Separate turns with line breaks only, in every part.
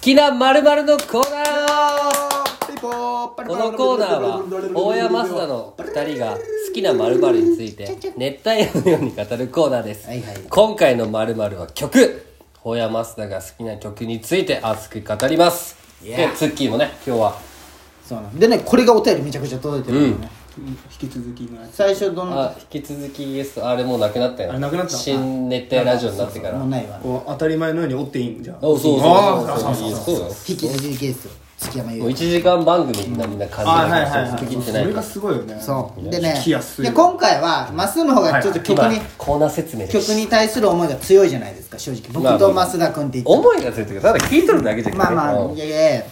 きな〇〇のコーナーこ
こ
のコーナーは大山増田の2人が好きな〇〇について熱帯夜のように語るコーナーです、
はいはい
今回の〇〇は曲大山増田が好きな曲について熱く語ります、
Yeah
でツッキーもね今日は
そうなんでねこれがお便りめちゃくちゃ届いてるのね
引き続きのやつ
最初どの
あ引き続きゲストあれもうなくなったよ
あれなくなった
新熱帯ラジオになってから
も
あ
うないわ
こう当たり前のように折っていいんじゃん
そうそう
あー
そうそうそうよ
引き続きゲスト月山優
もう1時間番組みんなみんな感
あ
じ
はいはい
で区切
は
って
いそ
ない
れがすごいよね
そうで
聞
ね
きやすい
で今回はマスの方がちょっと曲
今
に
コーナー説明で
曲に対する思いが強いじゃないですか正直
まあ
僕と増田君って言って
思いがついてるただ聞いとるだけじゃん
まあまあいやいやいや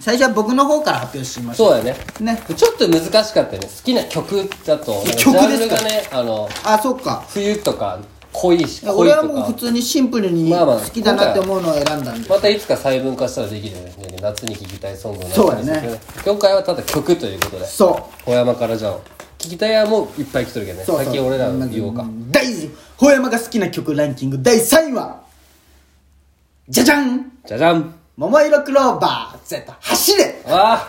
最初は僕の方から発表しましょ
そうだよね
うね
ちょっと難しかったよね好きな曲だとなんか
曲ですか
ジャンルがねあの
あそっか
冬とか恋し
いや
恋
俺
と
はもう普
か
通にシンプルに
まあまあ
好きだなって思うのを選んだんで
またいつか細分化したらできるよね夏に聴きたいソングを
そうだね
夏に聴きたい今回はただ曲ということで
そ
小山からじゃあ聴きたいはもういっぱい来とるけど
う
ね
そうそう
先俺らの言おうか、
まず大事ほやまが好きな曲ランキング第3位はじゃじゃん
じゃじゃん
桃色クローバー Z 走れ
ああ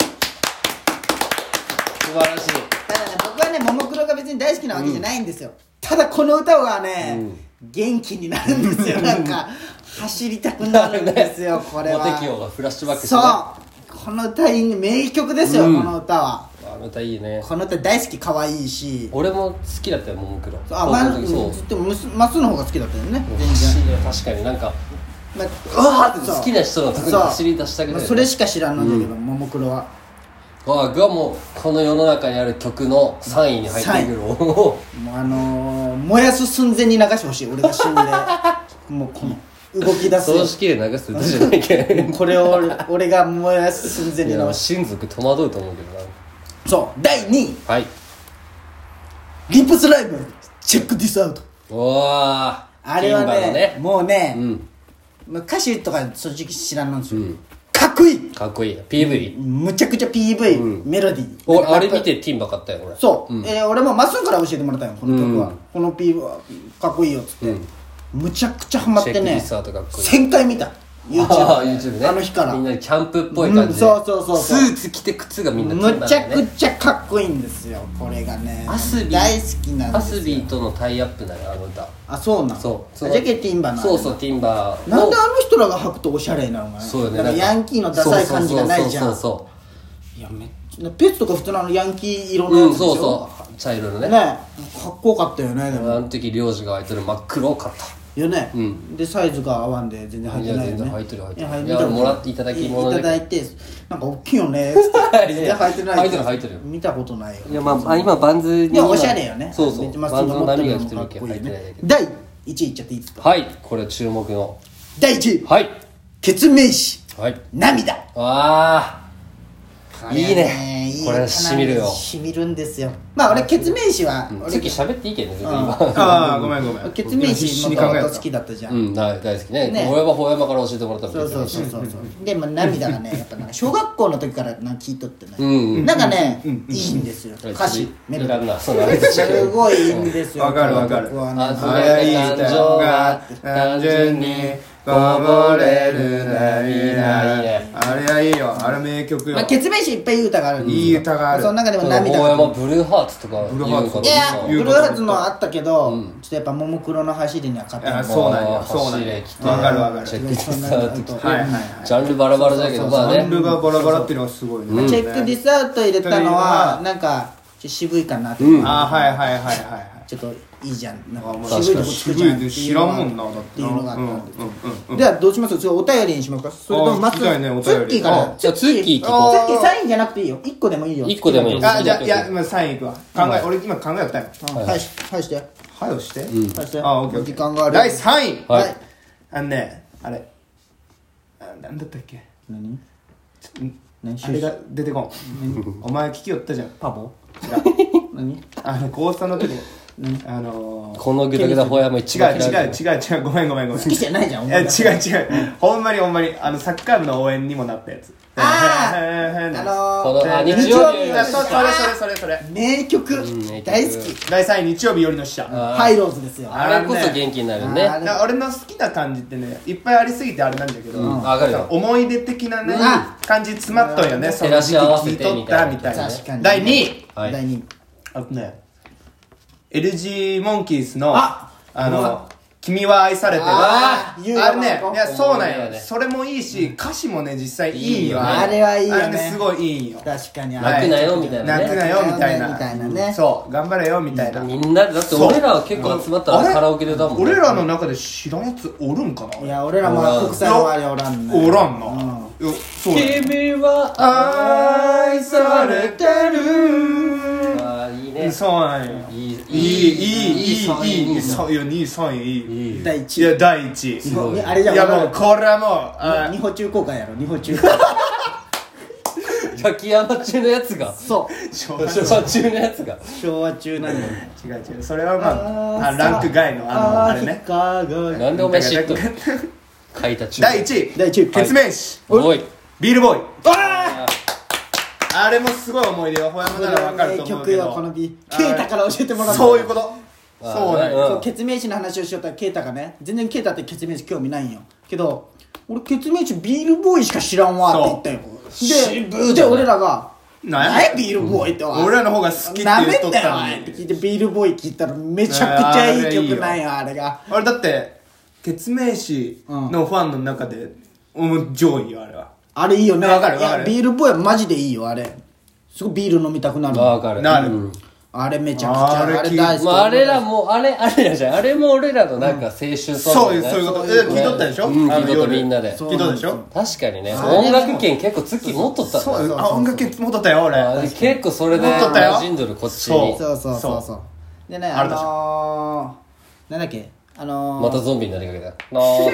素晴らしい
ただね僕はねももクロが別に大好きなわけじゃないんですよ、ただこの歌はね、元気になるんです よなんか走りたくなるんですよこれは
モテキオがフラッシュバックして
そ
ね
うこの歌いい名曲ですよ、この歌は
あの歌いいね
この歌大好き可愛いし
俺も好きだったよももクロ
あま
高校の時そう
ずっとむすマスの方が好きだったよね全
走
然
りは確かになんか
ま
うわーって
そう
好きな人のとこに
そう
走り出したくなる
まあそれしか知らんのだけど、ももクロは
わーがもうこの世の中にある曲の3位に入ってくるお
もうあのー、燃やす寸前に流してほしい俺が死 んでもうこの動き出
ー
す
葬式で流す歌じゃないけん
これを俺俺が燃やす寸前
い
に
や
直し
親族戸惑うと思うけどな
そう第2位
はい
リップスライムチェックディスアウト
おー
あれは
金馬
ね
のね
もうね、
うん
まあ歌手とか正直知らんのんですよ、かっこいい
かっこいい PV
むちゃくちゃ PV、メロディー
おあれ見てティンバ買ったよ俺
そう、えー俺もまっすぐから教えてもらったよこの曲は、
うん
この PV はかっこいいよっつって、むちゃくちゃハマって
チェックデ
ね
ィスアウトかっこいい
1000回見た YouTube,
ああ YouTube ね
あの日から
みん
む
なでキャンプっぽい感じで
うんそうそうそうそう
スーツ着て靴がみんなティンバ
ちゃ
だよ
く
ね
ちゃかっこいいんですよこれがね
アスビー
大好きなん
ア
ですよ
スビーとのタイアップだよあの歌
あそうなん
そう
あじゃけティンバーな
そうそうティンバーの
なんであの人らが履くとおしゃれなのかね
そうよね
なんか
なんか
ヤンキーのダサい感じがないじゃ
そ
ん
うそう
いやめっちゃペットとか普通のあのヤンキー色
そうそう
の
う
や
ん
つでしょ
そうそう茶色のね
ねかっこよかったよねで
あ
も
の時領事が開いてる真っ黒かった
よね、
ん
でサイズが合わんで全然入ってな
い
いよね
や全然入ってる入ってる
や入
いや
見たこと
もらっていただき物
い
だけ
た
ど
だいてなんか大きいよねっつって
いや
全
い
然
や
入ってない
入ってる入ってる
見たことないよ
いやまあ今バンズに
いやおしゃれよね
そうそう
まあ
バンズの波が来
そ
てる
んなも
わ
ん
け
で
入っ
もかってこいい
ない
よ
だけ
ね
ど
第1位いっちゃっていいですか
はいこれは注目の
第1位
はい
血明詞
はい
涙
ああいいねこれしみるよ
しみるんですよまあ俺血明詞は俺
次喋っていいけどね全然
あ
今
あごめんごめん
血明
必
詞
死
も
に
と
考
も
え
と
た
好きだったじゃん
うん大大好きね
ね
俺はほやまから教えてもらったみたい
そう
な
そうそうそうそうで、まあ、涙がねやっぱなんか小学校の時からなんか聞いとってね、
うん
なんかね、いいんですよ歌詞メロ
い
デ
ら
ィ
んなそのあれ
ーすごいいいんですよ
わかるわかる
この曲はね
あそう
早い感情が単純にこぼれる涙あれはいいよあれ名曲よ
まあ、ケツメイシいっぱいいい歌があるんですよ
いい歌がある
その中でも涙
大
が
山ブルーハーツとか言うのか
いや
な
ブルーハーツのあったけど、ちょっとやっぱももクロの走りには勝て
あ
ない
そうなんやそうなん
走れ
や
来て
わかるわかる
チェックディスアウト来て
うん
はいはいはい
ジャンルバラバラだけどまあ
ジャン
ね
ルがバラバラっていうのはすごいね、
チェックディスアウト入れたのは
う
なんかちょっと渋いかなって、
ああはいはいはいはいはい
ちょっといいじゃんなん
あもう
か渋いとこつくじゃん
渋いで知らんもんなだってな
っていうのがあったんですよ
うんうんうんうん
ではどうしますそれお便りにしますかそれともまず
聞きたいねお便り
ツッキーか
あ
ら
じゃあツッキー聞こ
う
ツッキーサインじゃなくていいよ一個でもいいよ
一個でもいいよ
あじゃあいや今3位いくわ考え、俺今考えよったんや
うんはいしはいして
はよして、
はいして
あオッケーオッ
時
ケー
間がある
第3位
はい
はい
あのねあれあなんだったっけ
何
ちょん
何
あれが出てこんお前聞きよったじゃんパボ違う
何
あの高3の時にあのー
このグダグダホヤも一
違う
番嫌いだ
違
よ
う違う違うごめんごめんごめん
好きじゃないじゃんお
え
前
違う違うほんまにほんまにあのサッカー部の応援にもなったやつ
あー
ー
あ
こ
の
の
ー
あ日
日曜
曜
日
日
の
より
そうそれそれそれそれ
名曲
ん
大好
名曲
き
第3位日曜日よりの使者
あー
ハイローズですよ
あれこそ元気になるね
あれ
な俺の好きな感じってねいっぱいありすぎてあれなんだけど、
んわかるよ
なん思い出的なね、
う
感じ詰まっとんよね、その時期聞いとったみたいな
確かに
第2位
はい
第2位
あとね LG モンキーズの
あ
あの「君は愛されてる」
あー
あれ
言うよ
ね
なんか
いやそうな
思い
んよ
出だね
それもいいし歌詞もね実際いいんよ
あれはいいよね
あれねすごいいいんよ
確かに
泣くなよみたいな
泣く
ね
なよみたいな
泣くなよみたいなね
そう頑張れよみたいな
みんなでだって俺らは結構集まった
あ
ら
れ
カラオケでだもんね
俺らの中で知らんやつおるんかない
や俺らも国際のあれおらんね
おらんな、いやそうなんよ
君は
愛されて
あ
る
ーいいね
そうなんよ
いい
いいいいいい
3
いいいい
な
そういや2位3位いい
いい
第
い
1
や第一
位
い
ごい
あれじゃん
やもうこれはもうあ
日本中高会やろ日本 中高会
焼き山中のやつが
そ
しょうがない
焼き山中のやつが
う昭和中なんだよ
違う違うそれはまああランク外のあのあれね
ね
なんでお前知っとる書いた中
第一位
第一位
ケツメイシ
おい
ビールボーイあれもすごい思い出よほやまならわかると思う
曲
け
よ
ど
この B ケイタから教えてもらった
そういうことそうなんよ
そうケツメイシの話をしよったらケイタがね全然ケイタってケツメイシ興味ないんよけど俺ケツメイシビールボーイしか知らんわって言ったよでで俺らが「
なんや
何やビールボーイ」っておい
俺らの方が好きって
な
言
め
っと
ん
っ
だよ
た
お
の
いって
に
聞いてビールボーイ聞いたらめちゃくちゃいい曲なんよあれが
あれだってケツメイシのファンの中でうん上位よあれは
あれいいよね
わかるわかる
いやビールボーイはマジでいいよあれすごいビール飲みたくなる
わかる
なる
うん
あれめちゃくちゃ
あ
あ
れ
れ大好き
まああれらもあれあれらじゃんあれも俺らのなんか青春
そ
ソ
う
ン
いう
グだ
そう
よね
いうこと
そういう
え
こと
聞いとったでしょ
うん
あの
聞いとった
夜
みんなで
聞いとったでしょ
確かにね
そう
音楽圏結構月持っとったんだ
そうあ音楽持っとったよ俺
あで結構それで
持っとったよ
馴染んどるこっち
そ
に
そうそうそうそうでね
あ
あ
れだ
のー、なんだっけあのー、
またゾンビになりかけたなー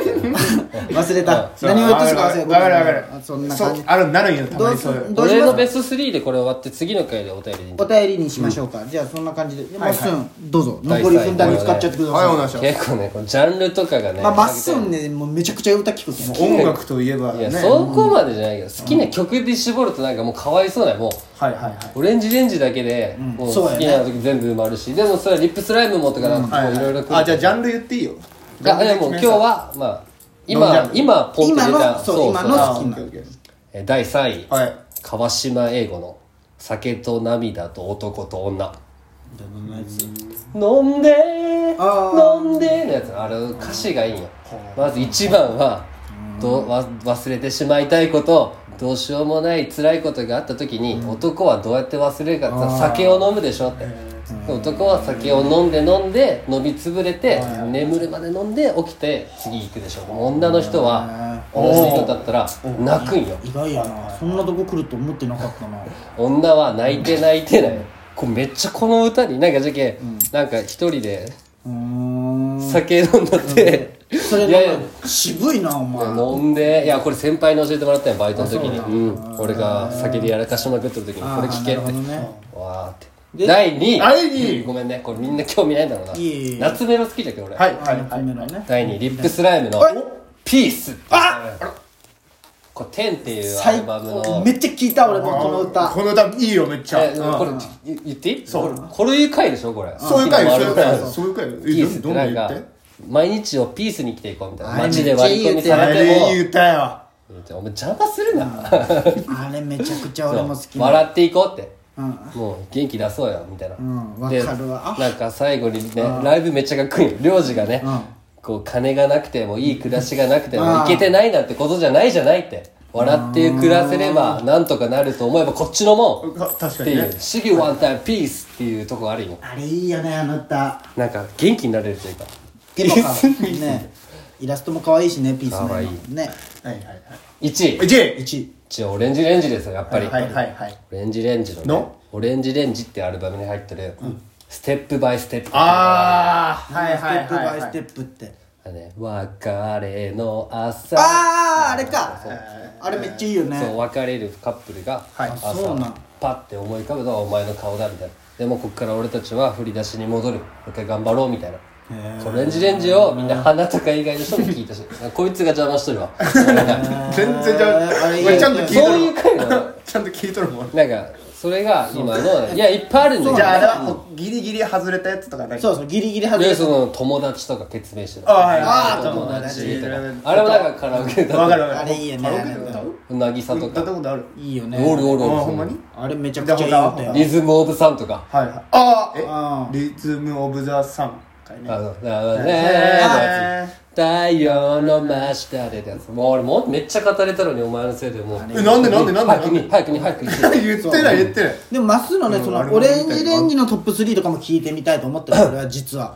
って
忘れた
そう
何を言ってるか忘れ
わかるわか
あ
る
そんな感じ
そうあるなるんよたまにそういう
どうし
俺
ます
のベスト3でこれ終わって次の回でお便りに
お便りにしましょうか、じゃあそんな感じででまっすんどうぞ
第
残り
三位
分だけ使っちゃってください、
はいお願いします
結構ねこのジャンルとかがね
まあ、まっすんねもうめちゃくちゃ歌聞くけん
音楽といえば
い
ね
やそこまでじゃないけど好きな曲で絞るとなんかもうかわいそうなもう
はいはいはい
オレンジレンジだけでもう
そう
好
や
き
ね
な時全部埋まるしでもそれはリップスライムもとかなんかこういろいろ来る
あじゃあジャンル言っていいよ
あでも今日はまあ
ノンジャ
今
ンル
今ポンって
今
出た
のそう今の
あ
好きな
オッケーオッケー
え第3位
はい
川島英語の「酒と涙と男と女」飲んで
あ
飲んでのやつあれ歌詞がいいんよまず1番はどうわ忘れてしまいたいことどうしようもない辛いことがあった時に男はどうやって忘れるかってさ酒を飲むでしょって男は酒を飲んで飲んで飲み潰れて眠るまで飲んで起きて次行くでしょ女の人は同じ人だったら泣くんよ
意外やなそんなとこ来ると思ってなかったな
女は泣いて泣いてないこれめっちゃこの歌になんかじゃけ、ん、なんか一人で
うーん
酒飲んだって、
それ
いやいや
なんか渋いなお前
飲んでいやこれ先輩に教えてもらったよバイトの時にう、ん、俺が酒でやらかしまくってる時にこれ聞け
あーなるほど
って、
ね
わーって
で
第2位
第二位
うんごめんねこれみんな興味ないんだろうない
えいえいえ
夏メロ好きじゃけん俺、
はいは
はいい
は
はいいね
第2位リップスライムの
はい
「ピース」あこれ「天」っていうア
最
ルバム
高
の
めっちゃ聞いた俺もこの歌
この歌いいよめっちゃ
え
うん
これ言言っていい
そう
これこういう回でしょこれ
そういう回
好
そ
きな
うい
丸
う
太
回そういう回え
ピースって
どんど
なんん
言っ
か
て
毎日をピースに生きていこうみたいな
あれ
街で割り込みさ
あ
れても
れいい歌よ
お前邪魔するな
あれめちゃくちゃ俺も好きな
笑っていこうって
うん
もう元気出そうよみたいな
うんわ
で
かるわあ
なんか最後にねライブめっちゃかっこいいよ領事がね
うん
こう金がなくてもいい暮らしがなくても
うん
いけてないなんてことじゃないじゃないって笑って暮らせればなんとかなると思えばこっちのもん
か確
っ
か
て
に
い
ね
う「シギワンタイピース」っていうとこあるよ
あれいいよねあの歌
なんか元気になれるというか
ピロかねイラストも可愛いしねピース
可愛
ね
い
ね
はいはいはい
1位
え J
1位
一応オレンジレンジですよやっぱり、
はいはいはい
オレンジレンジの,、ね、
の
オレンジレンジってアルバムに入ってる「ステップバイステップ」
ああはい
ステ
はい
ップ
は
バ
い
イ
は
ステ
い
ップって
あのね別れの朝
あああれかあれめっちゃいいよ
そう
ね
別れるカップルが
はい
朝、
そうなん
パッて思い浮かぶのはお前の顔だみたいなでもこっから俺たちは振り出しに戻るもう一回頑張ろうみたいな
へー
オレンジレンジをみんな花とか以外の人も聞いた しこいつが邪魔しとるわ
全然ちゃ
あれ
う俺ちゃんと聞い
そういう
と
回なの
るちゃんと聞いとるもん
なんかそれが今のいやいっぱいあるんだよ
じゃああれはギリギリ外れたやつとかない
そうそうギリギリ外
で
れ
そ
た
の友達とか決命して
あはい
あー
友達と
友達
かあれはなんかカラオケ
わかる
だ
わかる
あれいいよね
カラオケ歌う
と渚と
歌った
か
ことある
いいよね
おるおる
あ
おる
ほんまに
あれめちゃくちゃいい歌よ
リズムオブさんとか
はいはいあ
あ
あえリズムオブザサンかいね
あの「だね」の
へ
や
ー
つ「太陽の真下で」ってやつもう俺もうめっちゃ語れたのにお前のせいでもう
えなんでなんでなんで
早くに早くに 早くに早くに
言ってない言ってない
でもまっすーのね、
うん
そ
あれ
の
も
オレンジレンジのトップ3とかも聞いてみたいと思ってる俺は実は、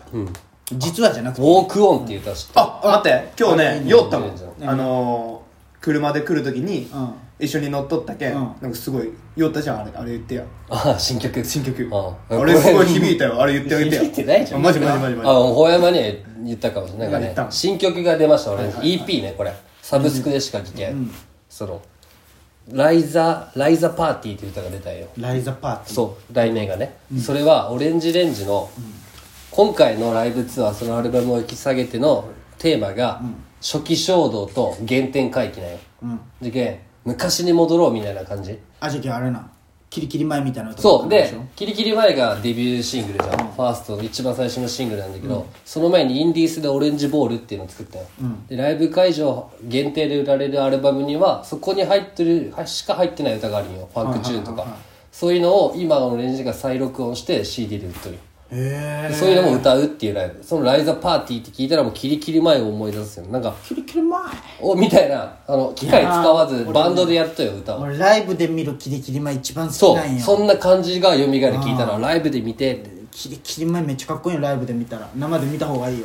実はじゃなくて
オークオンっていう歌知ってる
あ待って今日ね酔ったもん
う
あのー車で来る時に
うん
一緒に乗っとったけん
うん
なんかすごい酔ったじゃんあれあれ言ってや
あ新曲
新曲
うん
あれすごい響いたよあれ言ってあげてや
響いてないじゃん
あマジマジマジマ
あ
ジ
ほやまには言ったかもしれないなん
言っ
か
た
ね
の
新曲が出ました俺 EP ねこれサブスクでしか聴けんそのライザライザパーティーっていう歌が出たんよ
ライザパーティー
そう題名がね、それはオレンジレンジの、今回のライブツアーそのアルバムを引き下げてのテーマが、初期衝動と原点回帰なんよ、でけん昔に戻ろうみたいな感じ
あじゃあ今日あれなキリキリ前みたいな歌
そう
でし
で
ょ
「キリキリ前」がデビューシングルじゃん、ファーストの一番最初のシングルなんだけど、その前にインディースで「オレンジボール」っていうのを作ったよ、でライブ会場限定で売られるアルバムにはそこに入ってるはしか入ってない歌があるんよファンクチューンとか、そういうのを今のオレンジが再録音して CD で売っとるよ
へ
で
え
そういうのも歌うっていうライブその「ライザパーティー」って聞いたらもうキリキリ前を思い出すよなんか
キリキリ前
おみたいなあの機械使わずバンドでやっとよ歌を
俺ライブで見るキリキリ前一番好き
そ
なん
う
よ
そんな感じがよみがえる聞いたらライブで見てって
キリキリ前めっちゃかっこいいよライブで見たら生で見た方がいいよ、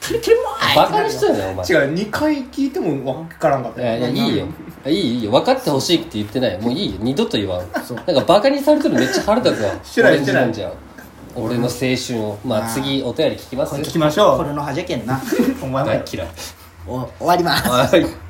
キリキリ前
バカにしとるねお前
違う2回聞いてもわからんかっ
い
た
やいやいいよいいいいよ分かってほしいって言ってないもういいよ二度と言わんなんかバカにされてるのめっちゃ腹立つわ
してない
オレンジレンジやん俺の青春をまあ次お便り聞きます
聞きましょ
こ
う
れのはじゃけんな
お前も
大
や
嫌い
お終わります
はい